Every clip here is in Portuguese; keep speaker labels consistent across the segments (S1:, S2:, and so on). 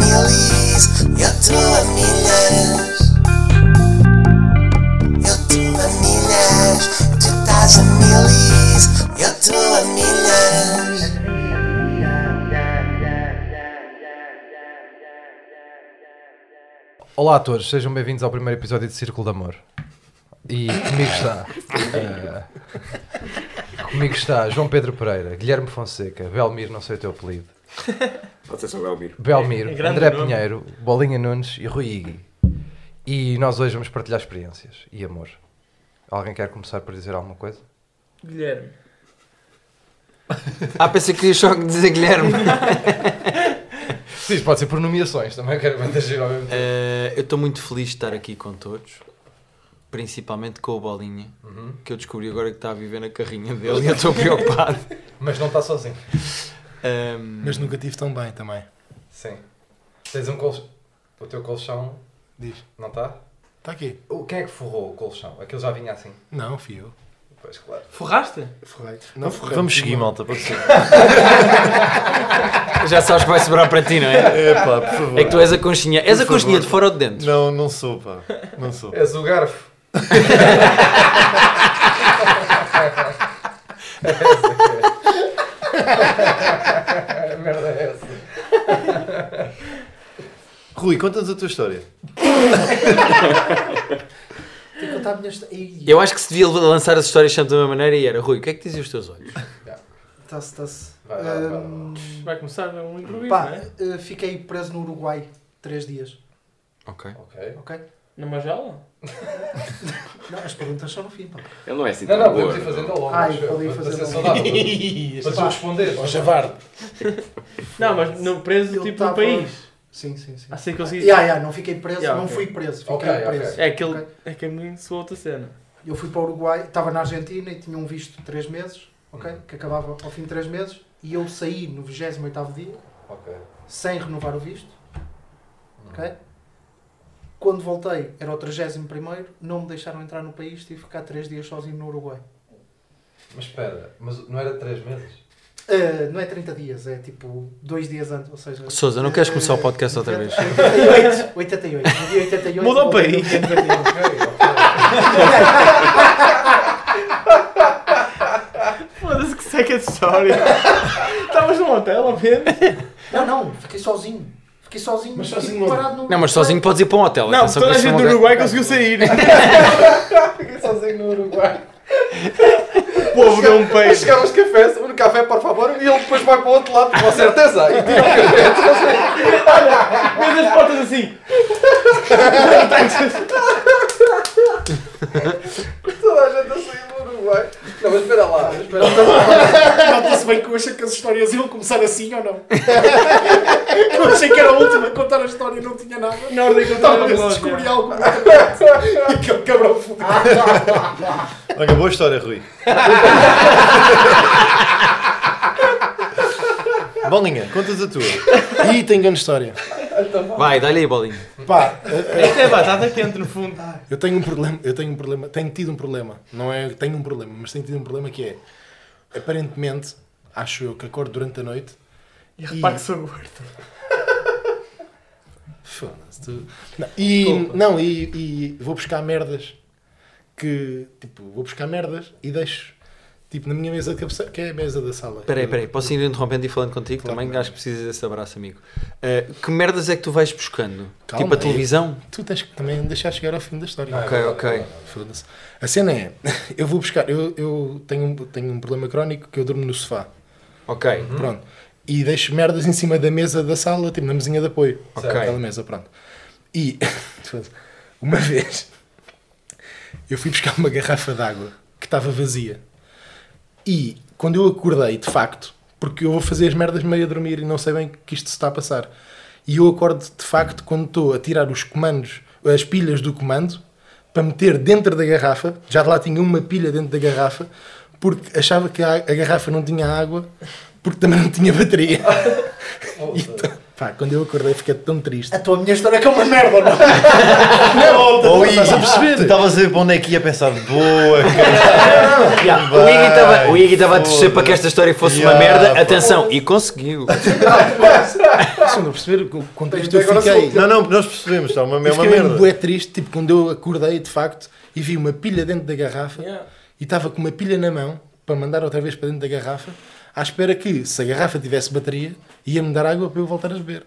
S1: feliz. Eu tu a milhas, eu tu a milhas, tu estás a milhas, eu tu a milhas.
S2: Olá a todos, sejam bem-vindos ao primeiro episódio de Círculo de Amor. E comigo está. eh, comigo está João Pedro Pereira, Guilherme Fonseca, Belmir, não sei o teu apelido.
S3: Pode ser só Belmiro.
S2: Belmiro,
S4: É grande
S2: André
S4: nome.
S2: Pinheiro, Bolinha Nunes e Rui Igui. E nós hoje vamos partilhar experiências e amor. Alguém quer começar por dizer alguma coisa?
S4: Guilherme.
S5: Ah, pensei que queria só dizer Guilherme.
S2: Sim, pode ser por nomeações, também quero vantajar ao mesmo tempo.
S5: Eh, eu estou muito feliz de estar aqui com todos, principalmente com o Bolinha,
S2: Uhum.
S5: que eu descobri agora que está a viver na carrinha dele e eu estou preocupado.
S2: Mas não está sozinho.
S5: Ehm,
S6: Mas nunca tive tão bem também.
S2: Sim. Tens um colchão. O teu colchão
S6: Diz.
S2: não está?
S6: Está Tá aqui.
S2: O- Quem é que forrou o colchão? Aquele já vinha assim.
S6: Não, fui eu.
S2: Pois claro.
S4: Forraste?
S6: Forrei. Não forrei.
S7: Vamos seguir, malta, pode ser.
S5: já sabes que vai sobrar para ti, não é?
S7: É pá, por favor.
S5: É que tu és a conchinha. És a
S7: Por favor.
S5: conchinha de fora ou de dentro?
S7: Não, não sou, pá. Não sou.
S2: És o garfo. essa que é. Merda é essa.
S7: Rui, conta-nos a tua história.
S6: Tem que contar a minha história.
S5: Eu acho que se devia lançar as histórias sempre da mesma maneira e era Rui, o que é que dizem os teus olhos?
S6: Está-se, está-se.
S2: Vai lá, vai lá.
S6: Hum,
S4: Vai começar um improviso,
S6: Pá,
S4: não é?
S6: eh, fiquei preso no Uruguai três dias,
S5: Ok.
S2: Ok.
S6: ok?
S4: Numa jaula?
S6: Não, as perguntas são no fim, pá.
S3: Ele não é assim
S2: Não,
S3: tão
S2: não,
S3: boa.
S2: podemos ir fazendo ao longo.
S6: Ai,
S2: acho eu,
S6: podem ir
S2: para-
S6: fazendo
S2: Para ser é
S6: ao
S2: saudável. Para tu
S6: Pá,
S2: responder.
S4: Não, mas não preso
S6: Eu
S4: tipo
S6: tava-
S4: no país.
S6: Sim, sim, sim.
S4: Assim consegui.
S6: Yeah, Ah, yeah, não fiquei preso,
S4: Yeah,
S6: não
S4: ok.
S6: fui preso, fiquei
S2: Ok, ok.
S6: preso.
S4: É aquele.
S6: Ok.
S4: É que a mim soa outra cena.
S6: Eu fui para o Uruguai, estava na Argentina e tinha um visto de 3 meses, ok? Que acabava ao fim de 3 meses e eu saí no 28 dia
S2: Ok.
S6: sem renovar o visto. Ok? Quando voltei, era o 31, não me deixaram entrar no país, tive que ficar 3 dias sozinho no Uruguai.
S2: Mas espera, mas não era 3 meses?
S8: Eh,
S6: Ah, não é 30 dias, é tipo 2 dias antes, ou seja.
S5: Sousa, não
S8: eh,
S5: queres começar o podcast outra vez?
S6: 88, 88. No dia 88.
S4: Muda o
S6: voltei no
S4: país.
S6: dia 91.
S2: Ok, ok.
S4: Foda-se que seca de história. Estavas num hotel, ao menos.
S6: Não, não, fiquei sozinho. Fiquei sozinho,
S2: Mas
S6: tipo,
S2: sozinho onde?
S6: parado no
S5: Não, mas sozinho podes ir para um hotel.
S4: Não,
S5: atenção,
S4: toda a
S5: que esse é
S4: gente
S5: um
S4: do
S5: lugar-
S4: Uruguai conseguiu sair.
S2: Fiquei sozinho no Uruguai.
S4: Povo de um
S2: Aí
S4: país.
S2: chegaram os cafés, um café, por favor, e ele depois vai para o outro lado, com certeza. E tipo, tira o café.
S4: Mas as portas assim.
S2: Toda a gente a sair do Uruguai. Não, mas espera lá, espera lá.
S6: Nota-se bem que eu achei que as histórias iam começar assim ou não. eu achei que era a última a contar a história e não tinha nada.
S4: Na ordem que eu estava
S6: Talvez
S4: a
S6: descobri
S4: descobrir.
S6: algo. E aquele cabrão fudido.
S7: Olha, boa história, Rui. Bolinha, contas a tua. Ih, tem grande história.
S5: Vai, dá-lhe aí, bolinha.
S6: Pá, eh,
S4: Esta é
S6: tá,
S4: batata quente no fundo.
S6: eu tenho um problema, eu tenho um problema, tenho tido um problema. Não é, tenho um problema, mas tenho tido um problema que é, aparentemente, acho eu que acordo durante a noite
S4: E repare que sou gordo.
S6: Foda-se. tu- Não, e, não e, e vou buscar merdas que. Tipo, vou buscar merdas e deixo. Tipo, na minha mesa de cabeceira, que é a mesa da sala.
S5: Peraí, peraí,
S4: Uhum.
S5: posso ir interrompendo e falando contigo
S6: Claro
S5: também?
S6: que não.
S5: Acho que precisas desse abraço, amigo. Uh, que merdas é que tu vais buscando?
S6: Calma
S5: tipo a
S6: aí.
S5: televisão?
S6: Tu tens que também deixar chegar ao fim da história.
S5: Ok, ok.
S6: Foda-se. A cena é, eu vou buscar, eu, eu tenho, um- tenho um problema crónico que eu durmo no sofá.
S5: Ok.
S6: Pronto. E deixo merdas em cima da mesa da sala, tipo na mesinha de apoio.
S5: Ok.
S6: Aquela mesa, pronto. E uma vez eu fui buscar uma garrafa d'água que estava vazia. E quando eu acordei, de facto, porque eu vou fazer as merdas meio a dormir e não sei bem que isto se está a passar. E eu acordo, de facto, quando estou a tirar os comandos, as pilhas do comando, para meter dentro da garrafa. Já de lá tinha uma pilha dentro da garrafa, porque achava que a, a garrafa não tinha água, porque também não tinha bateria. E t- Então, Pá, quando eu acordei fiquei tão triste.
S8: A tua minha história que é uma merda, não? não,
S7: Oi,
S8: não estás a perceber.
S7: tu estavas a ver para onde é que ia pensar, boa, cara.
S5: Yeah, o Iggy tava- o Iggy estava a torcer para que esta história fosse uma
S7: Yeah,
S5: merda.
S7: pá.
S5: Atenção, e conseguiu.
S6: Estão a perceber o contexto eu
S4: um
S6: fiquei.
S7: Não, não, nós percebemos, está uma, é
S6: Eu
S7: uma
S6: fiquei mesmo
S7: merda.
S6: bué triste, tipo, quando eu acordei, de facto, e vi uma pilha dentro da garrafa, e estava com uma pilha na mão, para mandar outra vez para dentro da garrafa, à espera que, se a garrafa tivesse bateria, ia-me dar água para eu voltar a beber.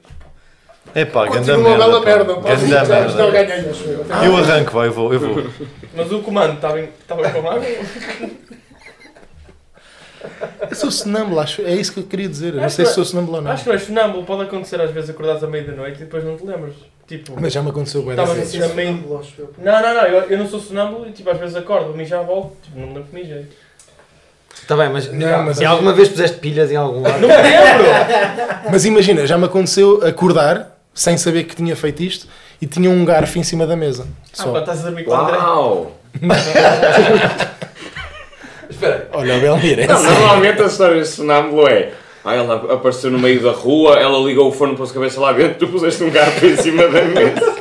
S7: É pá, ganda
S8: Continua uma
S7: merda.
S8: bela
S7: pá.
S8: merda. pá.
S7: Ganda
S8: Já- já
S7: merda.
S8: ganhei, acho eu.
S7: Eu arranco, vai, eu vou, eu vou.
S4: Mas o comando estava em- estava com água?
S6: Eu sou sonâmbulo, acho, é isso que eu queria dizer. Eu não
S4: Acho
S6: sei
S4: que-
S6: se sou sonâmbulo ou não.
S4: Acho que não é sonâmbulo. Pode acontecer às vezes acordares à meia da noite e depois não te lembras. Tipo...
S6: Mas já me aconteceu bué da
S4: Estava
S8: Mas
S6: vez.
S8: isso
S4: Também-
S8: é sonâmbulo, acho eu.
S4: Não, não, não. Eu, eu não sou sonâmbulo e tipo às vezes acordo, vou mijar, volto. Tipo, não me lembro que mijei.
S5: Está bem, mas,
S6: Não, mas-
S5: e alguma vez puseste pilhas em algum lado?
S4: Não me lembro!
S6: Mas imagina, já me aconteceu acordar, sem saber que tinha feito isto, e tinha um garfo em cima da mesa.
S4: ah, pá,
S6: Só.
S4: estás
S2: então.
S4: a dormir com o André.
S3: Uau!
S2: Espera
S6: Olha, o Belmira.
S3: Não, normalmente a história de sonâmbulo é. Ah, ela apareceu no meio da rua, ela ligou o forno, pôs a cabeça lá dentro, tu puseste um garfo em cima da mesa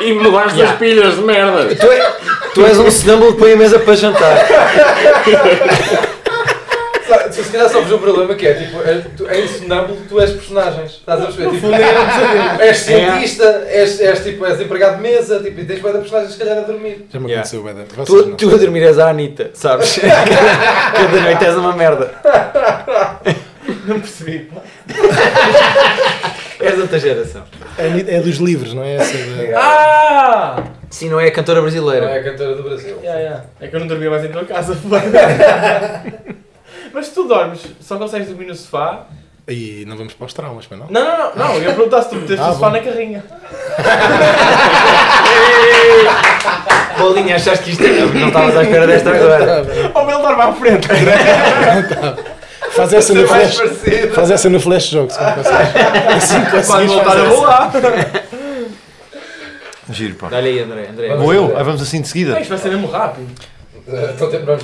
S3: e mudaste as pilhas de merda.
S5: Tu, é- tu és um sonâmbulo que põe a mesa para jantar.
S2: aí. Se se calhar só vos um problema que é, tipo, é, tu, em sonâmbulo tu és personagens. Estás a perceber? Tipo,
S7: é
S2: és cientista, és, és, tipo, és empregado de mesa, tipo, e tens bué de personagens se calhar a dormir.
S6: Já me
S5: Yeah.
S6: aconteceu bué da vocês
S5: Tu,
S6: não.
S5: tu a dormir és a Anitta, sabes? Cada noite és uma merda.
S4: Não percebi. pá.
S5: És outra geração.
S6: É ni- É dos livros, não é essa? da-
S4: Ah!
S5: Sim, não é a cantora
S2: Não é
S5: brasileira.
S2: a cantora do Brasil.
S4: Yeah, yeah. É que eu não dormia mais em tua casa. pá. Mas se tu dormes, só consegues dormir no sofá?
S6: é. E não vamos para os traumas, mas não?
S4: Não, não, não. não. Eu ia perguntar se tu meteste
S5: Tá
S6: Ah,
S4: o sofá
S6: bom.
S4: na carrinha.
S5: Bolinha, achaste que isto era? Não estavas à espera desta agora.
S4: Ou ele dorme à frente.
S6: Faz essa no flash.
S2: parecido.
S6: Faz essa no flash jogos. Quando consegues. Assim que
S4: Quando
S6: conseguires
S4: voltar a
S6: fazer essa.
S4: rolar.
S7: Giro, pá.
S5: Olha aí, André, André.
S7: Vou eu? Aí vamos assim de seguida.
S4: Bem, Isto vai ser mesmo rápido.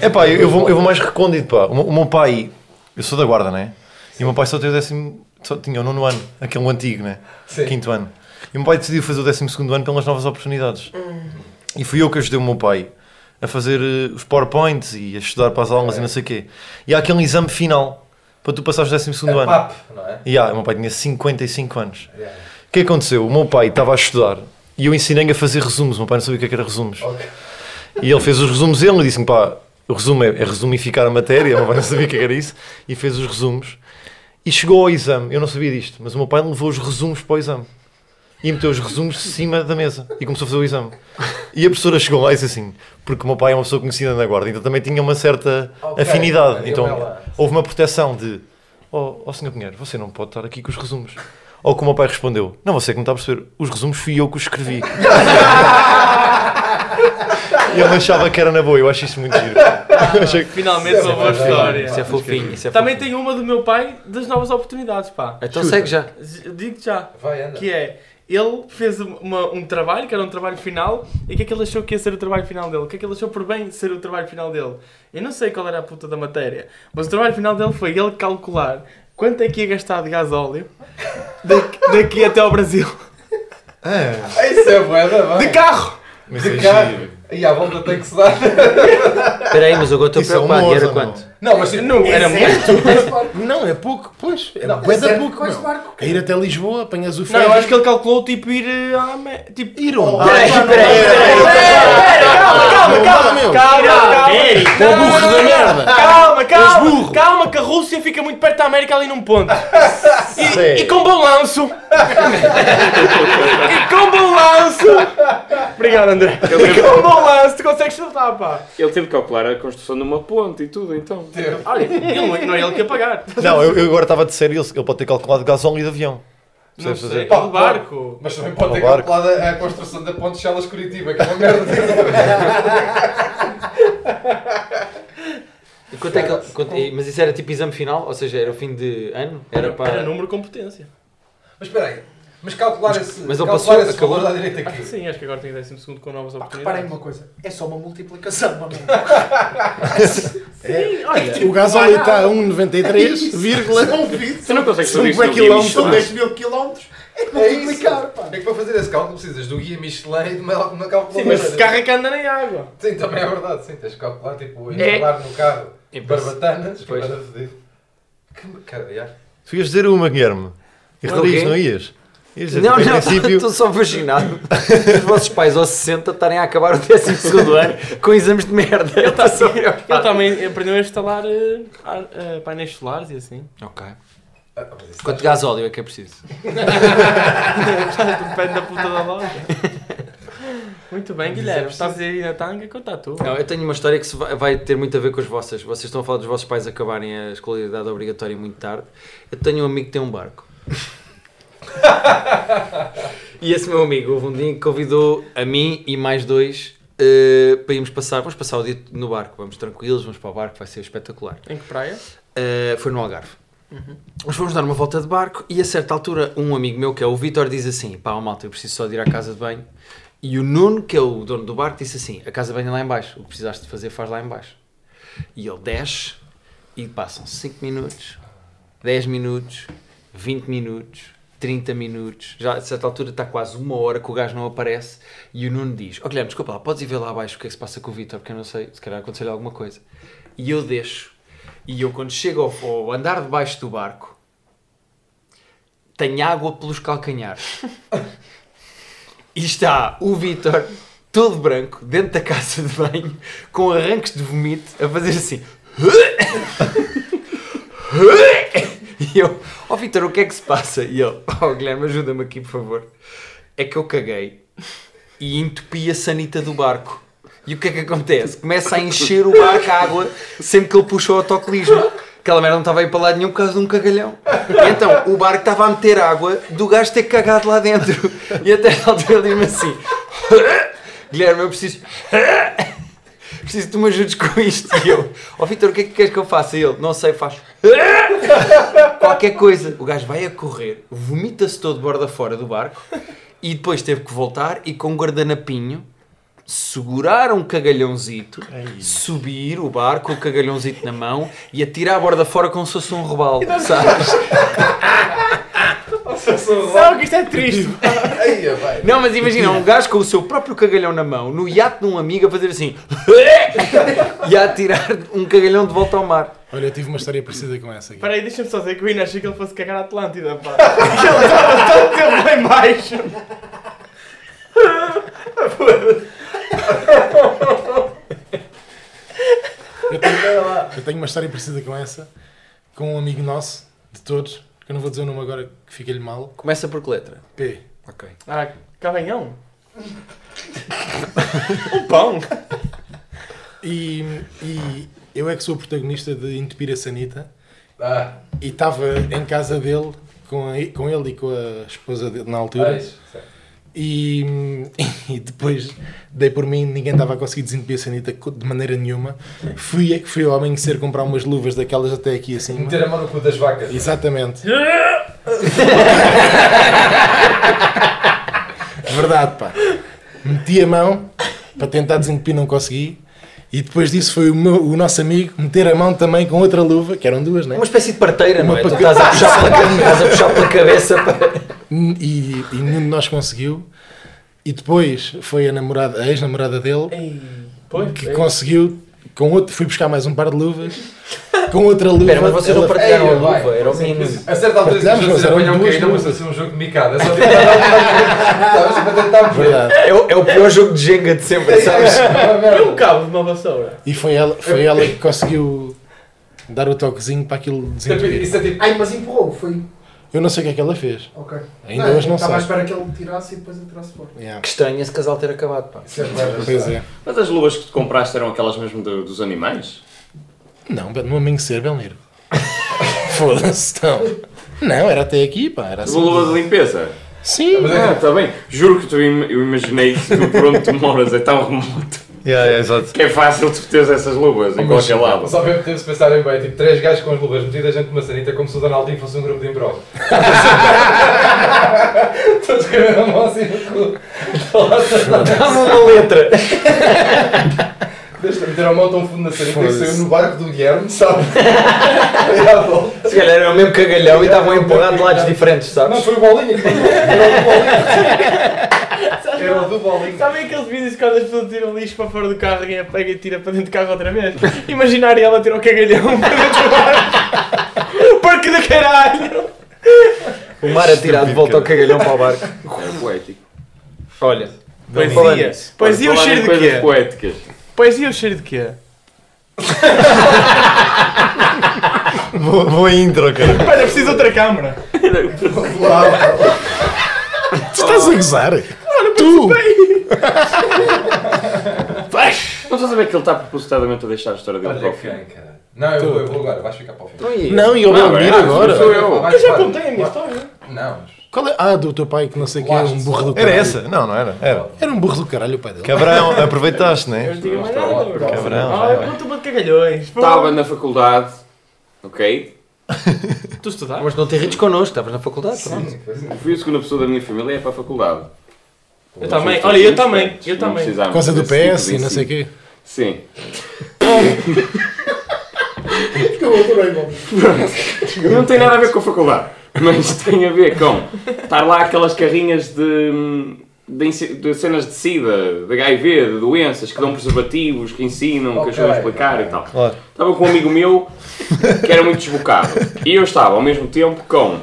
S7: É pá, eu, eu vou, eu vou mais recôndito, pá. O, meu- o meu pai, eu sou da guarda, né? E o meu pai só teve o décimo, só tinha o nono ano, aquele antigo, né? Quinto ano. E o meu pai decidiu fazer o décimo segundo ano pelas novas oportunidades.
S8: Hum.
S7: E fui eu que ajudei o meu pai a fazer eh, os PowerPoints e a estudar para as aulas e não sei o quê. E há aquele exame final para tu passares o décimo segundo ano.
S2: papo, não é?
S7: E ah, o meu pai tinha 55 anos. O que aconteceu? O meu pai estava a estudar e eu ensinei-lhe a fazer resumos. O meu pai não sabia o que é que era resumos. E ele fez os resumos ele e disse-me: pá, o resumo é, é resumificar a matéria. O meu pai não sabia o que é que era isso. E fez os resumos. E chegou ao exame. Eu não sabia disto, mas o meu pai levou os resumos para o exame. E meteu os resumos de cima da mesa e começou a fazer o exame. E a professora chegou lá e disse assim: porque o meu pai é uma pessoa conhecida na guarda, então também tinha uma certa
S2: Ok,
S7: afinidade.
S2: deu
S7: Então
S2: ela.
S7: houve uma proteção de: ó oh, senhor Pinheiro, você não pode estar aqui com os resumos. Ou como o meu pai respondeu: não, você que não está a perceber, os resumos fui eu que os escrevi. e ele achava que era na boa, eu acho isso muito giro. Eu achei que-
S4: Finalmente uma boa história.
S5: Isso é fofinho, isso é
S4: Também
S5: fofinho.
S4: tem uma do meu pai das novas oportunidades, pá.
S5: Então segue já.
S4: Digo já.
S2: Vai, anda.
S4: Que é, ele fez uma- um trabalho, que era um trabalho final, e o que é que ele achou que ia ser o trabalho final dele? O que é que ele achou por bem ser o trabalho final dele? Eu não sei qual era a puta da matéria, mas o trabalho final dele foi ele calcular quanto é que ia gastar de gás óleo daqui, daqui até ao Brasil.
S2: Isso é boeda, vai.
S4: De carro!
S7: Mas é
S2: cá.
S7: giro.
S2: E à volta tem que se dar.
S5: Espera aí, mas agora estou
S7: Isso é
S5: preocupado. E
S7: humor,
S5: era
S7: ou não?
S5: quanto?
S2: Não, mas tipo,
S4: Não, era muito.
S6: Não, é pouco, pois. É
S2: Não,
S6: bué da
S2: certo,
S6: pouco.
S8: quais
S6: meu.
S8: barco?
S6: A ir até Lisboa, apanhas o
S4: Não,
S6: ferro.
S4: eu acho que ele calculou tipo ir eh, à Me- Tipo,
S6: Ir onde?
S5: Peraí, peraí,
S4: calma, calma,
S6: Não dá,
S4: calma,
S6: meu.
S4: calma, calma.
S6: Para o burro da merda.
S4: Calma, calma, calma, que a Rússia fica muito perto da América ali num ponto. E, e com balanço. e com balanço. Obrigado, André. E com balanço, tu consegues chutar, pá.
S3: Ele teve que calcular a construção de uma ponte e tudo, então.
S4: Olha, ele- não é ele que ia pagar.
S7: Não, eu, eu agora estava de sério, ele, ele pode ter calculado gasóleo e de avião.
S4: Não
S7: Percebes?
S4: sei, o barco.
S2: Mas também pode ter
S7: Ao barco.
S2: calculado a, a construção da ponte de Chelas Curitiba, que é uma merda.
S5: E quanto é que ele- quanto- e- Mas isso era tipo exame final? Ou seja, era o fim de ano? Era
S4: Era
S5: para.
S4: número competência.
S2: Mas espera aí. Mas calcular esse,
S5: mas ele
S2: calcular
S5: passou,
S2: esse valor
S5: acabou.
S2: dá direito aqui.
S4: Sim, acho que agora tenho 12 segundo com novas
S8: Pá,
S4: oportunidades.
S8: reparem uma coisa, é só uma multiplicação, mano.
S4: Sim, olha.
S6: O gasóleo está a 1,93, vírgula.
S8: São 20,
S3: Tu não consegues
S6: São
S3: fazer isso
S6: bué
S3: no
S6: quilómetros,
S3: Guinness,
S8: são
S3: não é?
S8: 10 mil quilómetros, é
S2: É isso.
S8: multiplicar, pá.
S2: É que para fazer esse cálculo precisas do guia Michelin e de uma, uma
S4: Sim,
S2: calculadora.
S4: mas se carro é que anda na água.
S2: Sim, também é verdade. Sim, tens de calcular, tipo, instalar no carro
S5: E depois-
S2: barbatanas.
S5: depois-
S2: para foder. Que cara, já.
S7: Tu ias dizer uma, Guilherme. E
S5: Não,
S7: Rodrigues,
S5: quê?
S7: não ias? Ias dizer,
S5: Não,
S7: é, em
S5: não,
S7: princípio,
S5: estou só fascinado. Os vossos pais aos 60 estarem a acabar o 12 ano com exames de merda. Ele está
S4: Ele também aprendeu a instalar eh, ar- eh, painéis solares e assim.
S5: Ok.
S2: Ah, mas isso-
S5: Quanto gasóleo é que é preciso?
S4: Depende da puta da loja. Muito bem, Guilherme. Estás aí na tanga? Conta tu.
S5: Não, eu tenho uma história que se vai, vai ter muito a ver com as vossas. Vocês estão a falar dos vossos pais acabarem a escolaridade obrigatória muito tarde. Eu tenho um amigo que tem um barco. e esse meu amigo, houve um dia em que convidou a mim e mais dois eh, para irmos passar. Vamos passar o dia no barco, vamos tranquilos, vamos para o barco, vai ser espetacular.
S4: Em que praia?
S5: Uh, foi no Algarve. Nós fomos dar uma volta de barco e a certa altura um amigo meu, que é o Vitor, diz assim: pá, ó, malta, eu preciso só de ir à casa de banho. E o Nuno, que é o dono do barco, disse assim: a casa de banho é lá em baixo, o que precisaste de fazer faz lá em baixo. E ele desce e passam 5 minutos, 10 minutos, 20 minutos, 30 minutos. Já a certa altura está quase uma hora que o gajo não aparece e o Nuno diz: Ó Guilherme, desculpa lá, podes ir ver lá abaixo o que é que se passa com o Vitor, porque eu não sei, se calhar aconteceu-lhe alguma coisa. E eu deixo. E eu, quando chego ao, ao andar de baixo do barco, tenho água pelos calcanhares. e está o Vitor, todo branco, dentro da casa de banho, com arranques de vomito, a fazer assim. E eu, ó Vitor, o que é que se passa? E ele, ó Guilherme, ajuda-me aqui, por favor. É que eu caguei e entupi a sanita do barco. E o que é que acontece? Começa a encher o barco a água sempre que ele puxa o autocolismo. Aquela merda não estava a ir para lá nenhum por causa de um cagalhão. E então o barco estava a meter água do gajo ter cagado lá dentro. E até na altura ele diz-me assim: Guilherme, eu preciso. Preciso que tu me ajudes com isto. E eu, ó Vitor, o que é que queres que eu faça? E ele, não sei, faz qualquer coisa. O gajo vai a correr, vomita-se todo borda fora do barco e depois teve que voltar e com um guardanapinho segurar um cagalhãozito, subir o barco com o cagalhãozito na mão e atirar a borda fora como se fosse um robalo, sabes?
S4: Não, que isto é triste.
S2: Aí, vai.
S5: Não, mas imagina, um gajo com o seu próprio cagalhão na mão, no iate de um amigo a fazer assim e a atirar um cagalhão de volta ao mar.
S6: Olha, eu tive uma história parecida com essa aqui.
S4: Espera aí, deixa-me só dizer que o Ina achei que ele fosse cagar a Atlântida, pá. E ele estava todo tempo lá em baixo.
S6: Eu tenho uma história parecida com essa, com um amigo nosso, de todos, que eu não vou dizer o nome agora que fica-lhe mal.
S5: Começa por que letra?
S6: P.
S5: Ok.
S4: Ah, cavanhão? um pão?
S6: E, e eu é que sou o protagonista de Entupir a Sanita.
S2: Ah,
S6: E estava em casa dele, com, a- com ele e com a esposa dele na altura.
S2: vais. ah, Certo.
S6: E, e depois dei por mim, ninguém estava a conseguir desentupir a sanita co- de maneira nenhuma. Fui, fui ao amanhecer comprar umas luvas daquelas até aqui assim.
S2: Meter a mão no cu das vacas.
S6: Exatamente. Verdade, pá. Meti a mão para tentar desentupir, não consegui. E depois disso foi o, meu- o nosso amigo meter a mão também com outra luva, que eram duas, né?
S5: Uma espécie de parteira, não é? Tu
S6: paca-
S5: estás a puxar pela, estás a puxar pela cabeça para...
S6: E, e nenhum de nós conseguiu. E depois foi a namorada, a ex-namorada dele.
S4: Pois, é.
S6: que conseguiu com outro, fui buscar mais um par de luvas com outra luva.
S5: Espera, mas vocês não
S6: ela-
S5: partilharam a
S2: Ei, vai.
S5: luva, era o mínimo.
S2: A certa altura, se
S6: Partilhamos,
S2: vocês
S6: mas eram
S2: apanham
S6: duas
S2: cair, não
S6: luvas.
S2: mas assim um jogo de micada. É só tipo, sabes, para tentar ver.
S6: Verdade.
S5: É o, é o pior jogo de Jenga de sempre, sabes?
S4: E um cabo de uma vassoura?
S6: E foi ela, foi ela que conseguiu dar o toquezinho para aquilo desentupir.
S2: Isso é tipo.
S8: Ai, mas empurrou, foi.
S6: Eu não sei o que é que ela fez.
S8: Ok.
S6: Ainda hoje não
S8: Estava à
S6: sei.
S8: espera que ele me tirasse e depois atirasse fora.
S6: Yeah.
S5: Que estranho esse casal ter acabado, pá.
S2: Isso é verdade.
S6: Pois é.
S3: Mas as luvas que tu compraste eram aquelas mesmo do- dos animais?
S6: Não, no amanhecer, Belmiro. Foda-se, então. Não, era até aqui, pá. Era
S3: As
S6: assim.
S3: luvas de limpeza?
S6: Sim.
S3: tá Ah, está bem. Juro que tu im- eu imaginei que tu, por onde tu moras é tão remoto.
S7: Yeah, yeah, exato.
S3: Que é fácil de ter essas luvas em
S7: Mas-
S3: qualquer lado.
S2: Só mesmo teve-se pensarem bem, tipo, três gajos com as luvas metidas dentro de uma sanita como se o Donaldinho fosse um grupo de improv. Todos com a mão assim no cu.
S5: Dá-me uma letra.
S2: Deixa-me meter a mão tão fundo na sanita que saiu no barco do Guilherme, sabe? E à volta.
S5: Se calhar era o mesmo cagalhão e estavam a empurrar de lados diferentes,
S2: Não,
S5: sabes?
S2: foi o bolinho que mandou. Era o bolinho. Era o do bolinho.
S4: Sabem aqueles vídeos quando as pessoas tiram lixo para fora do carro e a pega e tira para dentro do carro outra vez? Imaginar ela tirar o cagalhão para dentro do barco. Porque do caralho!
S5: O mar a tirar de volta o cagalhão para o barco.
S3: Poético.
S5: Olha, falando
S4: Poesia.
S5: nisso.
S4: Poesia o
S3: Falar em
S4: cheiro de
S3: coisas
S4: quê?
S3: poéticas.
S4: Poesia o cheiro de quê?
S7: Boa, boa intro, cara.
S4: Olha, é preciso de outra câmara.
S6: Tu estás a gozar? tu!
S3: Não estás a ver que ele está propositadamente a deixar a história dele para
S2: Olha é
S3: o
S2: que
S3: fim?
S2: bem, cara. Não, eu vou, eu vou agora, vais ficar para o fim.
S7: Não, e eu vou
S3: Não,
S7: ouvir
S3: é,
S7: agora.
S3: Sou Então eu.
S2: Vais
S4: Eu já
S2: para-
S4: contei a minha história.
S2: Não, mas-
S6: Qual é? Ah, do teu pai que não sei o que é, um burro do
S7: Era
S6: caralho.
S7: essa? Não, não era. Era.
S6: Era um burro do caralho o pai dele.
S7: Cabrão, aproveitaste, não
S4: Eu
S7: é?
S4: não digo mais nada, bro.
S7: Cabrão, já
S4: Ah,
S7: vai.
S4: conta-me de cagalhões.
S2: Tá
S3: Estava na faculdade, ok?
S4: Tu estudaste?
S5: Mas não te rides connosco, estavas na faculdade, pronto.
S3: Fui a segunda pessoa da minha família, é para a faculdade.
S4: Eu também. Olha, eu também.
S3: né?
S4: Eu também.
S6: Por causa do
S3: tipo
S6: PS e não sei o quê.
S3: Sim.
S8: Eu adorei, mano.
S3: Não tem nada a ver com a faculdade, mas tem a ver com estar lá aquelas carrinhas de, de, ensi- de cenas de sida, de HIV, de doenças, que dão preservativos, que ensinam, que ajudam a explicar e tal.
S7: Claro.
S3: Estava com um amigo meu que era muito desbocado e eu estava ao mesmo tempo com.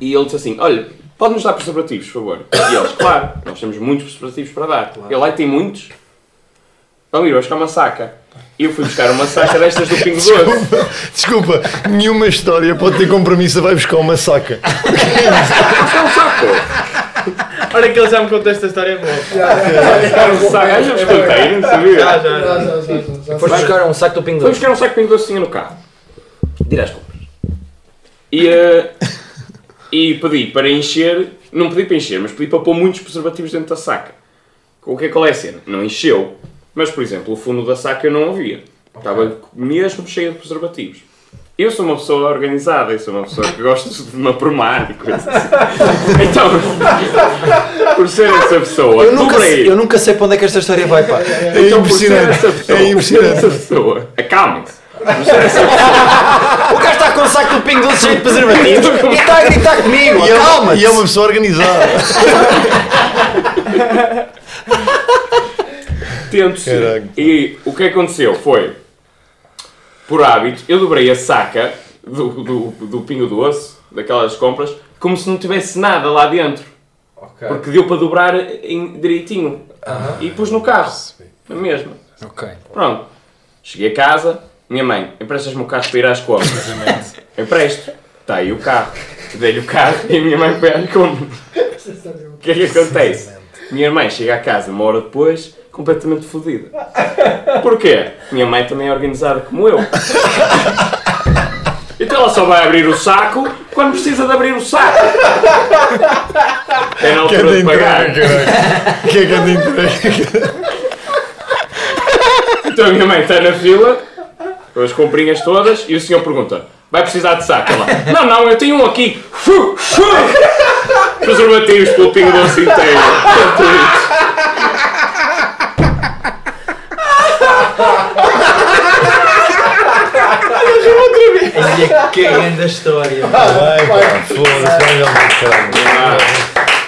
S3: E ele disse assim: Olha, pode-nos dar preservativos, por favor? E eles, claro, nós temos muitos preservativos para dar. Ele lá tem muitos. Vamos ir buscar é uma saca. E eu fui buscar uma saca destas do Pingo Doce.
S7: Desculpa, nenhuma história pode ter compromisso. Vai buscar uma saca.
S3: é um
S4: Olha que ele já me contou esta história é boa.
S3: Era um saco, eu já vos contei, não sabia?
S4: Já, já, já.
S8: Já, já, já, já.
S5: Foste buscar um saco do Pingo
S3: Fomos
S5: Doce.
S3: buscar um saco de pingo doce tinha no carro. Direi às compras. E, eh, e pedi para encher, não pedi para encher, mas pedi para pôr muitos preservativos dentro da saca. O que é qual é a cena? Não encheu, mas por exemplo, o fundo da saca eu não havia. Estava mesmo cheio de preservativos. Eu sou uma pessoa organizada, eu sou uma pessoa que gosta de me aprumar e coisas assim. Então, por ser essa pessoa,
S5: Eu nunca,
S3: dobrei.
S5: eu nunca sei para onde é que esta história vai, pá.
S7: É
S3: Então,
S7: impressionante. É impressionante.
S3: Essa pessoa. Acalmem-se.
S5: O gajo está com um saco do Pingo Doce cheio de preservativos e está a gritar comigo,
S7: E é, uma,
S5: calma-te.
S7: e é uma pessoa organizada.
S3: Tento ser.
S7: Caralho.
S3: E o que aconteceu foi, por hábito, eu dobrei a saca do, do, do pingo doce, daquelas compras, como se não tivesse nada lá dentro.
S2: Ok.
S3: Porque deu para dobrar em- direitinho. E pus no carro. Na mesma.
S5: Ok.
S3: Pronto. Cheguei a casa, minha mãe, emprestas-me o carro para ir às compras. Empresto. Está aí o carro. Dei-lhe o carro e a minha mãe foi às compras. O que é que acontece? Minha irmã chega a casa uma hora depois, completamente fodida. Porquê? Minha mãe também é organizada como eu. Então ela só vai abrir o saco quando precisa de abrir o saco. É na
S7: Que anda
S3: altura de
S7: em
S3: pagar.
S7: trem, caralho. Que é que anda em trem?
S3: Então a minha mãe está na fila, com as comprinhas todas, e o senhor pergunta: vai precisar de saco? Ela, não, não, eu tenho um aqui. Fu, fu. Preservativos pelo pingo doce inteiro.
S5: Olha que um é. Ah. grande história.
S7: Vai, pá, foda-se, vai realmente, caralho.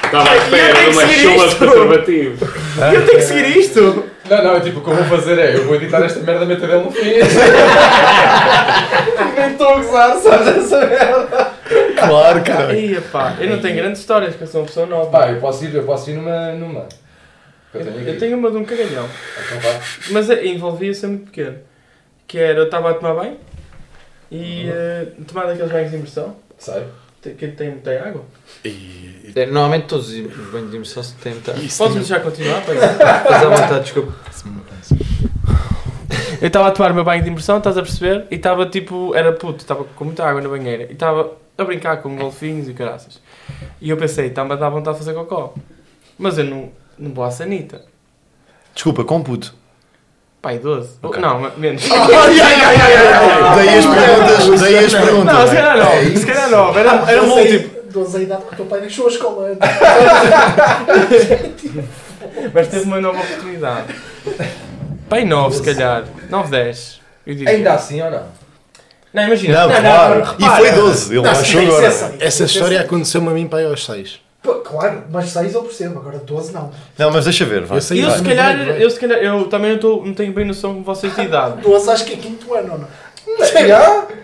S3: Estava à espera de uma chuva de preservativos.
S4: Eu tenho que seguir isto.
S2: Não, não, é tipo, o que eu vou fazer é, eu vou editar esta merda, meter dele no fim. Nem estou a gozar, sabes essa merda?
S7: Claro, caralho.
S4: Aí, pá, eu não tenho grandes histórias, que eu sou uma pessoa nova.
S2: Pá, eu posso ir, eu posso ir numa, numa. Que Eu tenho
S4: Eu
S2: aqui.
S4: tenho uma de um cagalhão.
S2: Então vá.
S4: Mas eh, envolvia-se muito pequeno. Que era, eu estava a tomar banho e eh, tomar daqueles banhos de imersão,
S2: Sai.
S4: te- que tem muita água.
S5: É, Normalmente todos os banhos de imersão se têm tá?
S4: Podes-me já continuar, pois?
S5: Faz à vontade, desculpa.
S4: Eu estava a tomar o meu banho de imersão, estás a perceber? E estava tipo, era puto, estava com muita água na banheira. E estava a brincar com golfinhos e "Tá, caraças. E eu pensei, está-me a dar vontade de fazer cocó. Mas eu não, não vou à sanita.
S7: Desculpa, com puto.
S4: Pai, 12. Não, mas menos.
S7: Daí as perguntas, daí as perguntas.
S4: não, se
S7: não é?
S4: calhar não. Se calhar não. Era, era múltiplo.
S8: Doze a idade que o teu pai deixou a escola.
S4: Mas teve uma nova oportunidade. Pai, 9, se calhar. 9, 10. Eu diria.
S2: Ainda assim ou não?
S4: Não, imagina.
S7: Não, claro. E foi 12, ele achou agora.
S6: Essa história é aconteceu-me a mim para aos 6.
S8: Pô, Claro, mas 6 eu percebo, agora 12 não.
S7: Não, mas deixa ver, vai.
S6: Eu sei
S4: Eu
S6: vai.
S4: se calhar, eu se calhar, eu também não, tô, não tenho bem noção de vocês de idade.
S8: 12 acho que é quinto ano, ou não?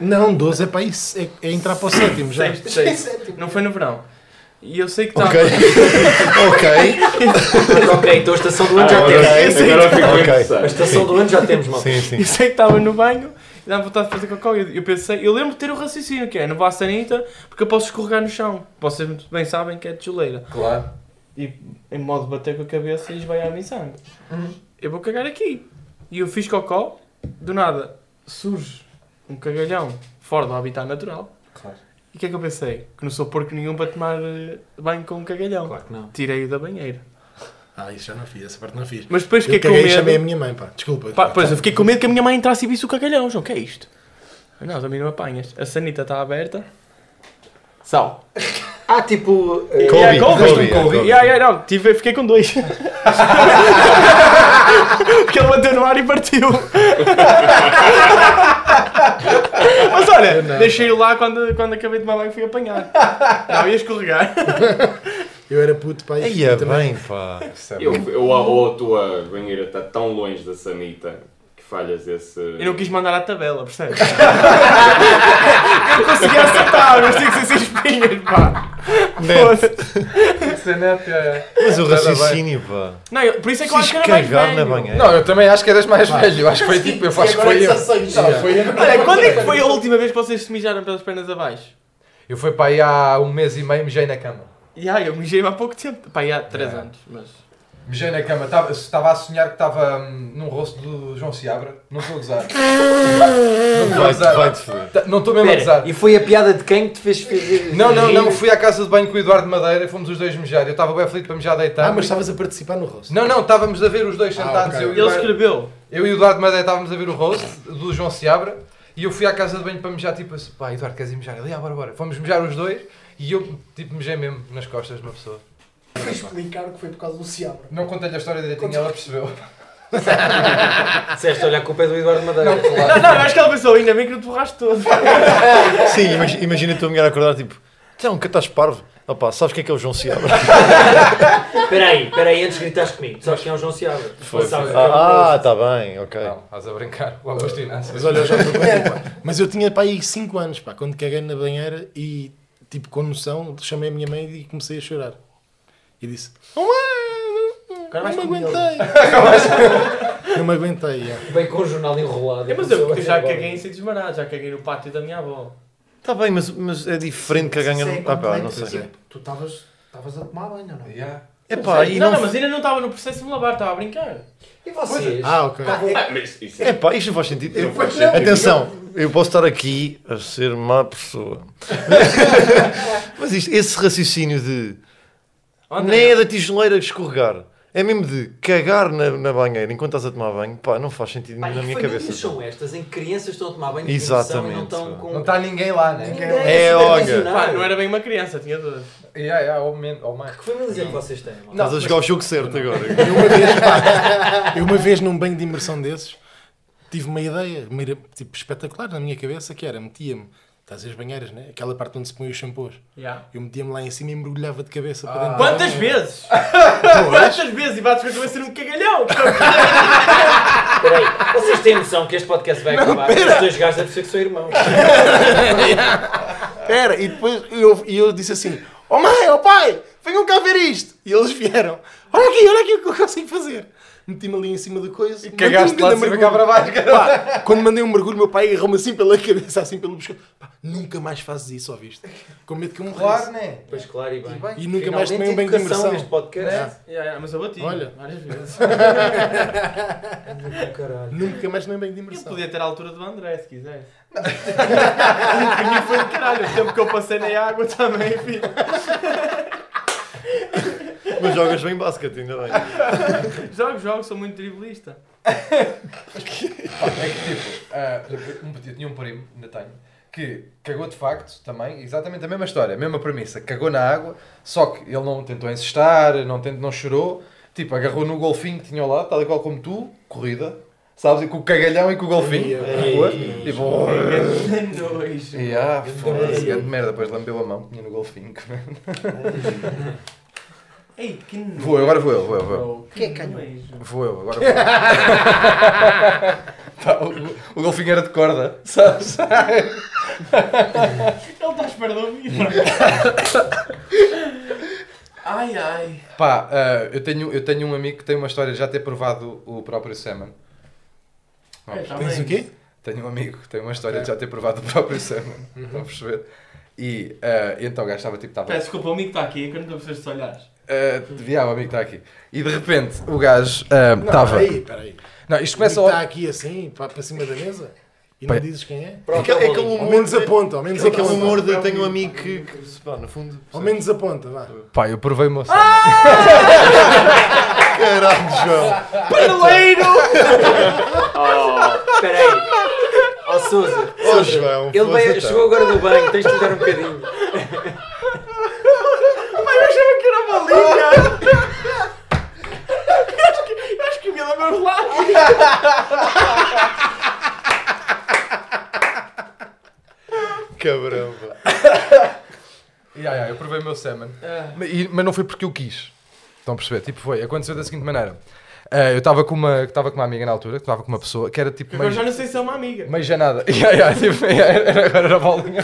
S6: Não, 12 é para isso, é, é entrar para o sétimo já.
S4: Sexto, sexto.
S8: Sétimo.
S4: Não foi no verão. E eu sei que estava.
S7: Ok. ok.
S5: ok, então a estação do ano já
S3: Agora,
S5: temos.
S3: Ah, agora eu fico
S7: é Ok.
S5: A
S3: interessado.
S5: estação do ano já temos, mal.
S7: Sim,
S4: Eu
S7: sim.
S4: sei que estava no banho e dava vontade de fazer cocó. Eu, eu pensei, eu lembro de ter o raciocínio que é, não vá à sanita porque eu posso escorregar no chão. Vocês muito bem sabem que é de chuleira.
S2: Claro.
S4: E em modo de bater com a cabeça e esvaiar-me em sangue.
S5: Uhum.
S4: Eu vou cagar aqui. E eu fiz cocó, do nada surge um cagalhão fora do habitat natural.
S2: Claro.
S4: E o que é que eu pensei? Que não sou porco nenhum para tomar eh, banho com um cagalhão.
S5: Claro que não.
S4: Tirei-o da banheira.
S6: Ah, isso já não fiz, essa parte não fiz.
S4: Mas depois
S6: Eu
S4: fiquei com
S6: caguei e chamei a
S4: medo.
S6: minha mãe, pá. Desculpa.
S4: Pá, pois eu fiquei com medo que a minha mãe entrasse e visse o cagalhão, João. O que é isto? Não, também não apanhas. A sanita está aberta.
S5: Sal. Ah, tipo. eh,
S7: Kobe,
S4: Yeah, Kobe, Kobe,
S7: Kobe,
S4: Kobe.
S7: Kobe.
S4: Yeah, yeah, não, tive, fiquei com dois. Porque ele bateu no ar e partiu. Mas olha, deixei-o lá quando, quando acabei de tomar banho fui apanhar. Não, ia escorregar.
S6: Eu era puto, pá. e
S7: Aí é
S6: também.
S7: bem, pá.
S3: Eu, eu, ou a tua banheira está tão longe da sanita que falhas esse.
S4: Eu não quis mandar à tabela, percebes? Eu consegui acertar, mas tinha que ser seis espinhas, pá.
S7: Net.
S2: Isso é neto, é, é.
S7: Né, Mas o raciocínio, pá.
S4: Não, eu- por isso é que eu acho
S7: Quis
S4: que era mais
S7: cagar na
S4: velho.
S7: banheira.
S2: Não, eu também acho que eras mais velho. Eu acho que foi tipo, eu acho que foi eu.
S8: foi eu.
S4: Olha, quando é que foi a última vez que vocês se mijaram pelas pernas abaixo?
S2: Eu fui para aí há um mês e meio, mijei na cama.
S4: E ai, eu mijei-me há pouco tempo. Pá, e há 3 anos, mas.
S2: Mijei na cama, Tava- estava a sonhar que estava hum, num rosto do João Seabra. Não estou a gozar. Não estou a
S7: Vai-te vai
S2: gozar.
S7: foder.
S2: Tá- Não estou mesmo a
S5: Pera,
S2: gozar.
S5: e foi a piada de quem que te fez fazer.
S2: Não, não, não. Fui à casa de banho com o Eduardo Madeira e fomos os dois mijar. Eu estava bem aflito para mijar deitado.
S6: Ah, mas estavas a participar no rosto.
S2: Não, não, estávamos a ver os dois sentados.
S6: ok.
S2: eu, e
S4: Ele
S2: o Eduardo-
S4: escreveu.
S2: eu e o Eduardo Madeira estávamos a ver o roast do João Seabra e eu fui à casa de banho para mijar, tipo assim, pá, Eduardo, queres ir mijar? Ele, ah, bora, bora. Fomos mijar os dois e eu, tipo, mijei mesmo nas costas de uma pessoa.
S8: Fui explicar que foi por causa do Seabra.
S2: Não contei-lhe a história direitinho, ela percebeu.
S5: Ah, Disseste olhar com o pé é do Eduardo Madeira.
S4: Não, não, eu acho que ele pensou, ainda bem que não te borraste todo.
S7: Sim, imagi- imagina a tua mulher acordar tipo, então, que estás parvo? Opa, sabes quem é que é o João Seabra?
S5: Espera aí, espera aí, antes de gritares comigo. Tu sabes quem é o João Seabra? Sabes quem é o João
S7: ah, está bem, ok.
S2: Não, estás a brincar. O Augusto Inácio.
S6: Mas olha, eu já estou contigo, pá. Mas eu tinha, pá, aí 5 anos, pá, quando caguei na banheira e, tipo, com noção, chamei a minha mãe e comecei a chorar. E disse, "Oh, ah, não,
S4: Agora
S6: não,
S4: vais
S6: me
S4: com ele."
S6: aguentei. Não me aguentei, é. já.
S5: Bem com o jornal enrolado.
S4: É, mas eu, eu já caguei em sítios marados, já caguei no pátio da minha avó.
S7: Está Tá bem, mas, mas é diferente que a ganha.
S8: Isso é
S7: Ah, pá, não
S8: completo,
S7: sei.
S8: tipo, Tu estavas estavas a tomar banho, ou não?
S2: Yeah.
S7: É pá, e
S4: não, não,
S7: não.
S4: mas ainda não estava no processo de me lavar, estava a brincar.
S5: E vocês?
S8: é.
S6: Ah, ok.
S3: Ah, mas isso
S7: É
S3: é.
S7: pá, isto não faz sentido. Eu-
S3: Não faz sentido.
S7: atenção, eu posso estar aqui a ser má pessoa. mas isto, esse raciocínio de.
S4: Ontem-
S7: Nem é da tijoleira escorregar. É mesmo de cagar na, na banheira enquanto estás a tomar banho. Pá, não faz sentido
S5: Pá,
S7: na
S5: e
S7: minha
S5: famílias
S7: cabeça.
S5: são estas em que crianças estão a tomar banho de
S7: Exatamente,
S5: tá. Exatamente, e não estão
S7: pá.
S5: com...
S2: Não
S6: tá
S2: está ninguém lá, né?
S5: Ninguém
S7: É,
S5: a
S7: olha.
S5: supervisionar.
S4: Pá, não era bem uma criança, tinha 12.
S2: Yeah, yeah, ou men- ou mais.
S5: Que famílias é que vocês têm? Mal?
S7: Estás a jogar o jogo certo agora.
S6: Eu uma vez, pá, eu uma vez num banho de imersão desses, tive uma ideia, uma ira- tipo, espetacular na minha cabeça, que era, metia-me, estás as banheiras, né? Aquela parte onde se põe os shampoos.
S4: Yeah.
S6: Eu metia-me lá em cima e mergulhava de cabeça para dentro.
S4: Quantas vezes? Quantas vezes? E bates com a cabeça num cagalhão.
S5: Espera aí, vocês têm noção que este podcast vai acabar? Os dois gajos devem ser que são irmãos.
S2: Ah.
S6: Era, e depois eu, e eu disse assim: Oh mãe, oh pai, venham cá ver isto. E eles vieram: Olha aqui, olha aqui o que eu consigo fazer. Meti-me ali em cima da coisa. E
S2: Cagaste lá de cima cá para baixo, cara.
S6: Pá, quando mandei um mergulho, meu pai agarrou-me assim pela cabeça, assim pelo pescoço. Pá, nunca mais fazes isso, ouviste? Com medo que eu morresse.
S2: Claro, né?
S5: Pois claro, e bem.
S6: E nunca mais tomei um
S5: Finalmente
S6: banho de
S5: educação
S6: imersão. Ah.
S5: neste podcast.
S4: Yeah, yeah, mas eu bati.
S6: Olha.
S4: Várias vezes.
S5: Oh, caralho.
S6: Nunca mais tomei um banho de
S4: Eu
S6: imersão.
S4: podia ter a altura do André, se quisesse. Para mim foi de caralho. O tempo que eu passei na água também, filho.
S7: Mas jogas bem basquete, ainda bem.
S4: Jogo, jogo, sou muito driblista.
S2: Pá, é que tipo, ah, um- eu tinha um primo, ainda tenho, que cagou de facto também, exatamente a mesma história, a mesma premissa. Cagou na água, só que ele não tentou encestar, não, tentou, não chorou. Tipo, agarrou no golfinho que tinha lá, tal e qual como tu, corrida, sabes? E com o cagalhão e com o golfinho. na rua, tipo,
S4: Nojo.
S2: e ah, foda-se, grande merda. Depois lambeu a mão, tinha no golfinho.
S4: Ei, que nojo.
S2: Vou eu, agora vou eu, vou eu, vou eu.
S4: Que é canhão?
S2: Vou eu, agora vou eu. Pá, o, o golfinho era de corda, sabes?
S4: Ele está a esperar de ouvir. Ai, ai.
S2: Pá, ah, eu, tenho, eu tenho um amigo que tem uma história de já ter provado o próprio semen. Não,
S4: É, tá
S6: Tens
S4: bem.
S6: o quê?
S2: Tenho um amigo que tem uma história de já ter provado o próprio semen. Estão a perceber? E ah, então o gajo estava tipo, estava.
S4: Peço desculpa, o amigo está aqui, é que eu não estou a precisar de se olhares.
S2: ah, devia, o amigo está aqui. E de repente o gajo ah, estava.
S6: Peraí, peraí.
S2: Não, isto
S4: Tá
S2: começa
S6: Está
S2: a.
S6: aqui assim, para, para cima da mesa? E
S2: Pai.
S6: não dizes quem é?
S7: É aquele- é aquele
S6: Ao
S7: humor.
S6: menos aponta, ao menos
S7: É aquele
S6: aponta.
S7: humor de tenho um amigo que. que- pá, no fundo.
S6: Ao menos aponta, vá.
S2: Pá, eu provei o meu semen.
S4: Ah!
S7: Caralho, João.
S5: Oh, peraí. Ó Sousa,
S7: Oh, João.
S5: ele
S7: força,
S5: veio,
S7: então.
S5: chegou agora do banho, tens de lhe dar um bocadinho.
S4: Acho que o Mila é meu lado.
S7: Cabrão, pá.
S2: Ya, ya, eu provei o meu semen.
S4: É.
S2: Mas, e- mas não foi porque eu quis. Estão a perceber? Tipo, foi. Aconteceu da seguinte maneira. Ah, eu estava com, uma- estava com uma amiga na altura, que estava com uma pessoa que era tipo
S4: Agora
S2: meio,
S4: já não sei se é uma amiga.
S2: meio janada. Ya, ya, tipo, ya, era- agora era a bolinha.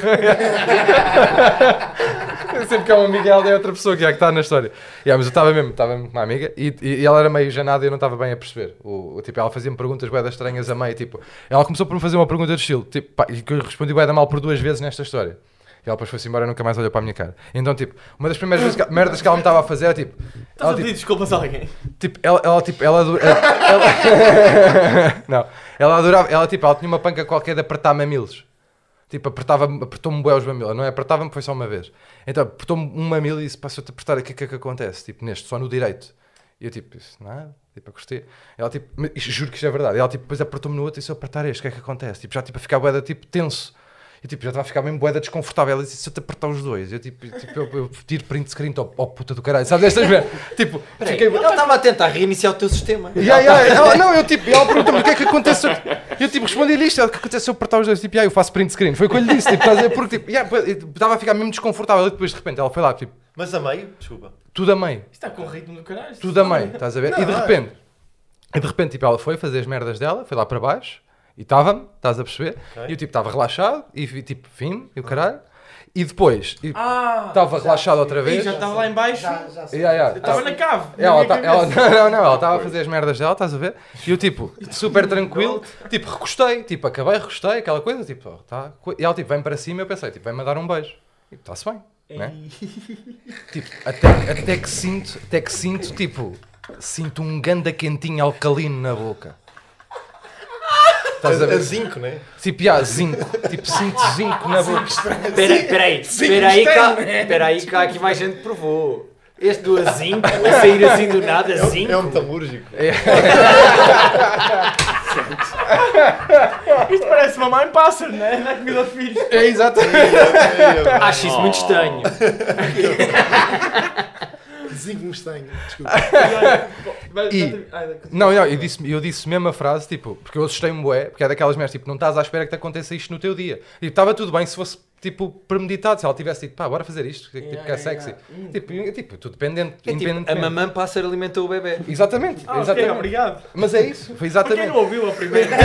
S2: Sempre que é um amigo ela é outra pessoa que, ya, que está na história. Ya, mas eu estava mesmo, estava mesmo com uma amiga e, e- e ela era meio janada e eu não estava bem a perceber. O, o tipo, ela fazia-me perguntas boedas estranhas a meio. Tipo, ela começou por me fazer uma pergunta do estilo, tipo, pá, e que eu respondi boeda mal por duas vezes nesta história. E ela depois foi-se embora e nunca mais olhou para a minha cara. Então, tipo, uma das primeiras vezes que- merdas que ela me estava a fazer era tipo.
S4: Estás
S2: Ela,
S4: a
S2: tipo,
S4: pedir desculpas a alguém.
S2: Tipo, ela, ela tipo, ela, adu- ela- Não, ela adorava, ela tipo, ela tinha uma panca qualquer de apertar mamilos. Tipo, apertava apertou-me bué os mamilos, não é? Apertava-me foi só uma vez. Então, apertou-me um mamilo e disse, pá, se eu te apertar aqui, o que é que acontece? Tipo, neste, só no direito. E eu tipo, isso nada, tipo, eu gostei. Ela tipo, mas isto- juro que isto é verdade. Ela tipo, depois apertou-me no outro e se eu apertar este, o que é que acontece? Tipo, já tipo, a ficar bué da, tipo, tenso. E tipo, já estava a ficar bem boeda desconfortável. Ela disse: se eu te apertar os dois, eu tipo, tipo, eu, eu tiro print screen, ó ó puta do caralho, sabes? Estas merdas. Tipo, fiquei.
S5: Ele estava a tentar reiniciar o teu sistema.
S2: Ya, ya, ela- não, eu tipo, ela pergunta-me o que é que aconteceu. Eu tipo, respondi-lhe isto, ela, o que aconteceu se eu apertar os dois? Tipo, ya, eu faço print screen. Foi o que eu lhe disse, tipo, estás a ver? Porque tipo, ya, eu estava a ficar mesmo desconfortável. E depois de repente ela foi lá, tipo,
S7: Mas a meio? Desculpa.
S2: tudo a meio,
S4: Isto está com o ritmo do caralho.
S2: tudo a meio, estás a ver? e de repente, e de repente, tipo, ela foi fazer as merdas dela, foi lá para baixo e estava-me, estás a perceber? E eu tipo, estava relaxado e vi, tipo, vim e o caralho. E depois, e
S4: Ah!
S2: estava relaxado outra
S4: Ih,
S2: vez.
S4: já tá. estava lá em baixo.
S8: Já, já sei.
S2: Ya, ya.
S4: Estava na cave. na
S2: Ela,
S4: minha
S2: tá- ela-
S4: cabeça.
S2: não, não, não, ela estava a fazer as merdas dela, estás a ver? E eu, tipo, super tranquilo, tipo, recostei, tipo, acabei, recostei, aquela coisa, tipo, ó, tá, co- e ela, tipo, vem para cima, eu pensei, tipo, vai-me dar um beijo. E está-se bem, né? Tipo, até, até que sinto, até que sinto, tipo, sinto um ganda quentinho alcalino na boca. Estás a
S7: A
S2: ver?
S7: zinco, né?
S2: Tipo, já, zinco, tipo, sinto zinco na boca.
S5: Peraí, peraí, peraí, cá, peraí, cá, aqui mais gente provou. Este do azinco, a sair assim do nada, azinco.
S7: É um metalúrgico.
S4: Isto parece mamãe pássaro, não é? Não é comida ao filho.
S2: É, exato.
S7: é um
S5: Acho isso muito estranho.
S6: Zinco Mustang, desculpa.
S4: Vai-
S2: E-
S4: vai- ai,
S2: Não, não, eu disse, eu disse mesmo a frase, tipo, porque eu assustei-me bué, porque é daquelas merdas, tipo, não estás à espera que te aconteça isto no teu dia. Tipo, estava tudo bem se fosse, tipo, premeditado, se ela tivesse dito, pá, bora fazer isto, tipo, que é sexy. Tipo, eu- tipo, tudo dependente,
S5: É tipo, a
S2: independentemente.
S5: mamã pássaro alimentou o bebê.
S2: Exatamente,
S4: Ah, ok,
S2: exatamente.
S4: obrigado.
S2: Mas é isso, foi
S4: Para quem
S2: exatamente.
S4: não ouviu a primeira.
S2: Tipo,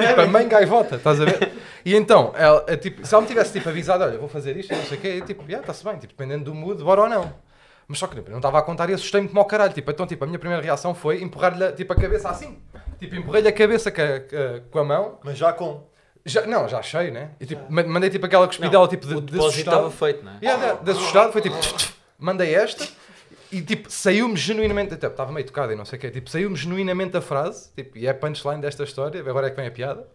S2: a
S4: Percebe?
S2: mãe gaivota, estás a ver? E então, ela, é, tipo, se ela me tivesse tipo, avisado, olha, vou fazer isto, não sei o quê, eu, tipo, está-se bem, tipo, dependendo do mood, bora ou não. Mas só que tipo, eu não estava a contar e assustei-me como ao caralho. Tipo, então, tipo, a minha primeira reação foi empurrar-lhe tipo, a cabeça assim. Tipo, empurrei-lhe a cabeça ca- ca- com a mão.
S7: Mas já com.
S2: Já, não, já achei, né? E, tipo, ma- mandei tipo aquela cuspidela tipo, de,
S5: O
S2: de
S5: depósito estava
S2: assustado.
S5: feito, não é?
S2: Yeah, de, de assustado, foi tipo, mandei esta e tipo, saiu-me genuinamente, até estava meio tocado e não sei o quê, tipo, saiu-me genuinamente a frase, tipo, e é punchline desta história, agora é que vem a piada.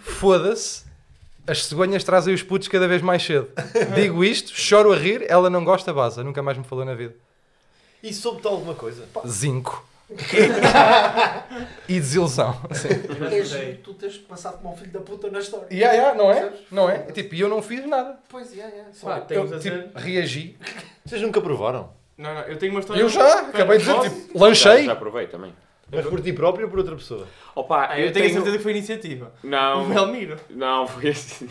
S2: Foda-se, As cegonhas trazem os putos cada vez mais cedo. Digo isto, choro a rir, ela não gosta, baza. Nunca mais me falou na vida.
S7: E soube-te alguma coisa?
S2: Zinco. e desilusão. Sim.
S8: Tens- Tu tens passado como um filho da puta na história.
S2: Yeah, yeah, não é?
S8: Percebes?
S2: Não é? Tipo, e eu não fiz nada.
S8: Pois, yeah, yeah. Só-
S4: Pá,
S2: Eu,
S4: temos a dizer-
S2: tipo, reagi.
S7: Vocês nunca provaram?
S4: Não, não, eu tenho uma história.
S2: Eu já, acabei de dizer,
S4: Posso?
S2: tipo, lanchei.
S3: Já, já provei também.
S7: Mas por ti próprio ou por outra pessoa?
S3: Opa,
S4: Ah, eu, tenho a
S5: um
S4: certeza que foi iniciativa. O
S3: Não,
S4: Belmiro.
S3: não, foi assim.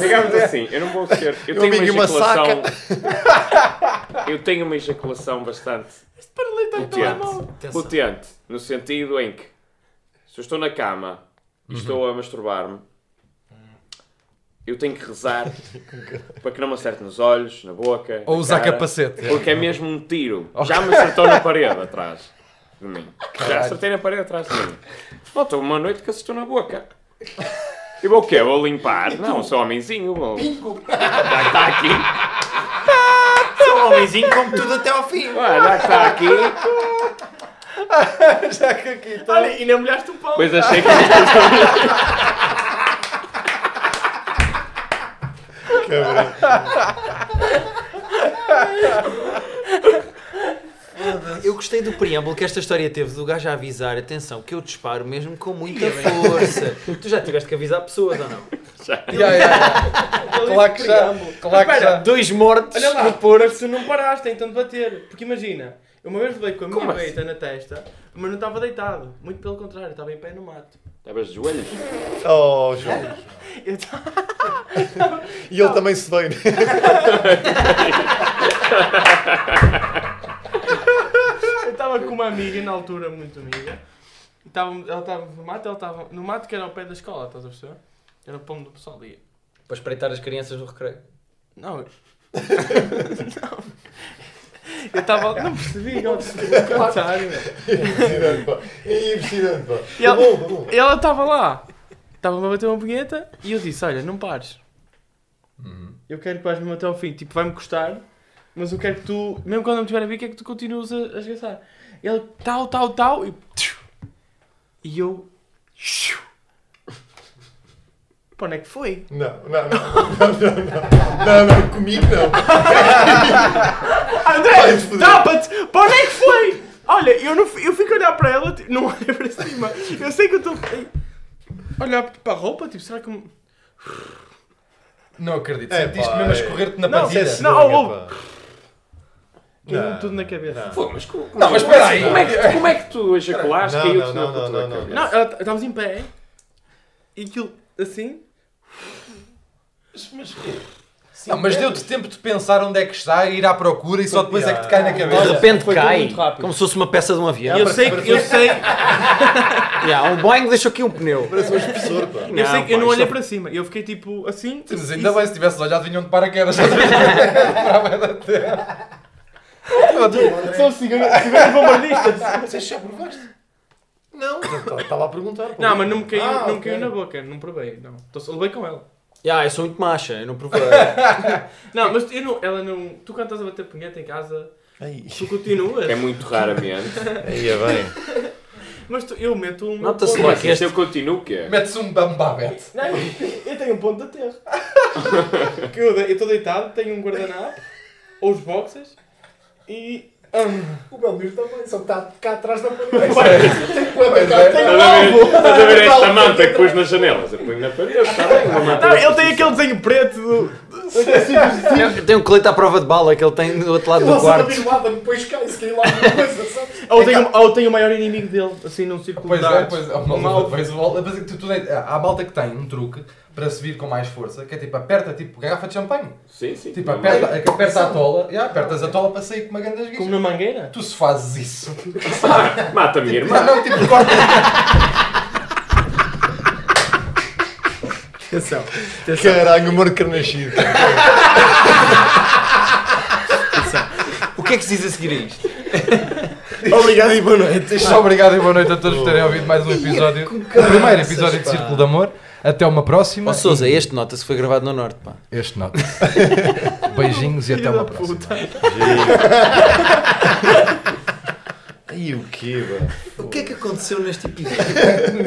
S3: Digamos assim, eu não vou ser. Eu, tenho uma
S7: amigo, uma
S3: ejaculação. eu tenho uma ejaculação bastante
S4: Para ler tanto telemóvel.
S3: Potenteante. Potenteante. No sentido em que, se eu estou na cama e
S7: Uhum.
S3: estou a masturbar-me, eu tenho que rezar para que não me acerte nos olhos, na boca.
S2: Ou
S3: na
S2: usar
S3: cara,
S2: capacete.
S3: Porque é mesmo um tiro. Já me acertou na parede atrás de mim. Já acertei na parede atrás de mim. Falta uma noite que acertou na boca. E vou o quê? Vou limpar? Não, sou homenzinho. Vou... Já está aqui.
S5: O homenzinho come tudo até ao fim.
S3: Ué, já está aqui.
S4: Olha, e não molhaste um pau.
S3: Pois achei que era
S5: Eu gostei do preâmbulo que esta história teve do gajo a avisar, atenção, que eu disparo mesmo com muita força. tu já tiveste que avisar pessoas ou não?
S2: Yeah, yeah, yeah. Claro que já. Claro que já.
S5: Dois mortos.
S4: Olha lá, tu não paraste então de bater. Porque imagina, eu uma vez levei com a minha
S3: Como assim?
S4: beita na testa, mas não estava deitado. Muito pelo contrário, estava em pé no mato.
S3: Estavas de joelhos?
S7: Oh, João.
S4: Eu estava
S7: E ele também se veio. né?
S4: eu estava com uma amiga, na altura muito amiga. E estava- ela estava no mato, ela estava no mato que era ao pé da escola, estás a perceber? Era o pão do pessoal ali.
S5: Para espreitar as crianças do recreio.
S4: Não. eu- não. Eu estava. Não percebi, não percebi. Contrário, meu.
S7: É impressionante, pá.
S4: E ela- e ela estava lá. Estava-me a bater uma punheta e eu disse: Olha, não pares. Eu quero que vais mesmo até ao fim. Tipo, vai-me custar, mas eu quero que tu, mesmo quando eu me estiver a ver, quero que tu continues a, a esgaçar. Ele, tal, tal, tal, e. tchiu. E eu. tchiu. Pá, onde é que foi?
S7: Não, não, não, não, não, não, não, não, comigo não.
S4: André,
S7: Vai-te foder.
S4: tapa-te! Para onde é que foi? Olha, eu, não, fi- eu fico a olhar para ela, tipo, não olho para cima. Eu sei que eu estou. Olhar para a roupa, tipo, será que. me-
S2: Não acredito.
S7: É,
S2: Sentiste
S7: pá,
S2: mesmo a
S7: é.
S2: escorrer-te na
S4: Não,
S2: patilha.
S4: isso não, ouve.
S7: pá.
S4: Caiu-me tudo na cabeça.
S3: Pô, mas como,
S2: Não, mas espera aí.
S3: como é que, como é que tu ejaculaste
S7: Não,
S3: caiu-te na
S7: não, não,
S3: puta
S7: não,
S3: da
S7: não.
S3: cabeça?
S4: Não, ela- estávamos em pé e aquilo assim.
S2: Não, mas deu-te tempo de pensar onde é que está, ir à procura e só depois é que te cai na
S5: De
S2: cabeça.
S5: repente
S4: Foi tudo
S5: cai,
S4: muito rápido.
S5: como se fosse uma peça de um avião.
S4: eu sei que eu sei,
S5: Yeah, um Boeing deixou aqui um pneu.
S7: Parece um espessor, pá.
S4: eu sei que eu
S5: pá,
S4: não olhei
S5: isto é
S4: para cima. Eu fiquei tipo assim.
S2: Mas
S4: e-
S2: ainda
S4: e-
S2: bem, se tivesses olhado, vinham de paraquedas.
S4: Sou cigano, cigano bombardista.
S6: Vocês já provaste?
S7: Não.
S6: Estava a perguntar. pô.
S4: Não, mas não me caiu,
S6: Ah,
S4: não me
S6: ok.
S4: caiu na boca, não provei, não. Então só levei com ela.
S5: Yeah, eu sou muito macha, eu não provei.
S4: Não, mas eu não, ela não. Tu quando estás a bater punheta em casa,
S7: Ai,
S4: tu continuas.
S3: É muito raramente.
S7: aí é bem.
S4: Mas tu- eu meto um.
S5: Nota-se
S4: ponto-
S5: lá
S3: Mas
S5: que
S3: este
S5: este
S3: eu continuo é. o quê?
S2: Metes um bambabete.
S4: Não, eu tenho um ponto de aterro. que eu de- eu estou deitado, tenho um guardanapo, ou os boxers e.
S8: O Belmiro também, só que está cá atrás da parede. Tem é que levantar, tem
S3: Estás a ver, estás a ver esta manta que pus nas janelas? Eu ponho na parede, está bem, uma manta.
S4: Não, ele tem aquele desenho preto do.
S5: tem um colete à prova de bala que ele tem do outro lado do
S8: Você
S5: quarto.
S8: também lado, depois cai, se cair lá alguma coisa, sabes?
S4: Ou tem, o- ou tem o maior inimigo dele, assim num círculo
S2: É Pois
S4: de
S2: é,
S4: dados.
S2: pois é.
S4: Um alvo.
S2: Pois é, mas é que tu- tu- Há a malta que tem um truque para subir com mais força, que é tipo, aperta tipo garrafa de champanhe.
S3: Sim, sim.
S2: Tipo, aperta, aperta a tola, yeah, apertas a tola para sair com uma grande
S4: Como
S2: esguicha.
S4: na mangueira?
S2: Tu se fazes isso.
S3: Mata a minha irmã.
S2: Não, não, tipo, corta.
S4: Atenção.
S7: Caralho, amor carnascido.
S5: O que é que se diz a seguir a isto?
S6: Obrigado e boa noite.
S2: Obrigado e boa noite a todos por terem ouvido mais um episódio. O primeiro episódio de
S5: pá.
S2: Círculo de Amor. Até uma próxima.
S5: Ó Sousa, este nota-se que foi gravado no Norte, pá.
S2: Este não. Beijinhos e até uma próxima.
S7: Ai, o quê, pá?
S5: O que é que aconteceu neste episódio?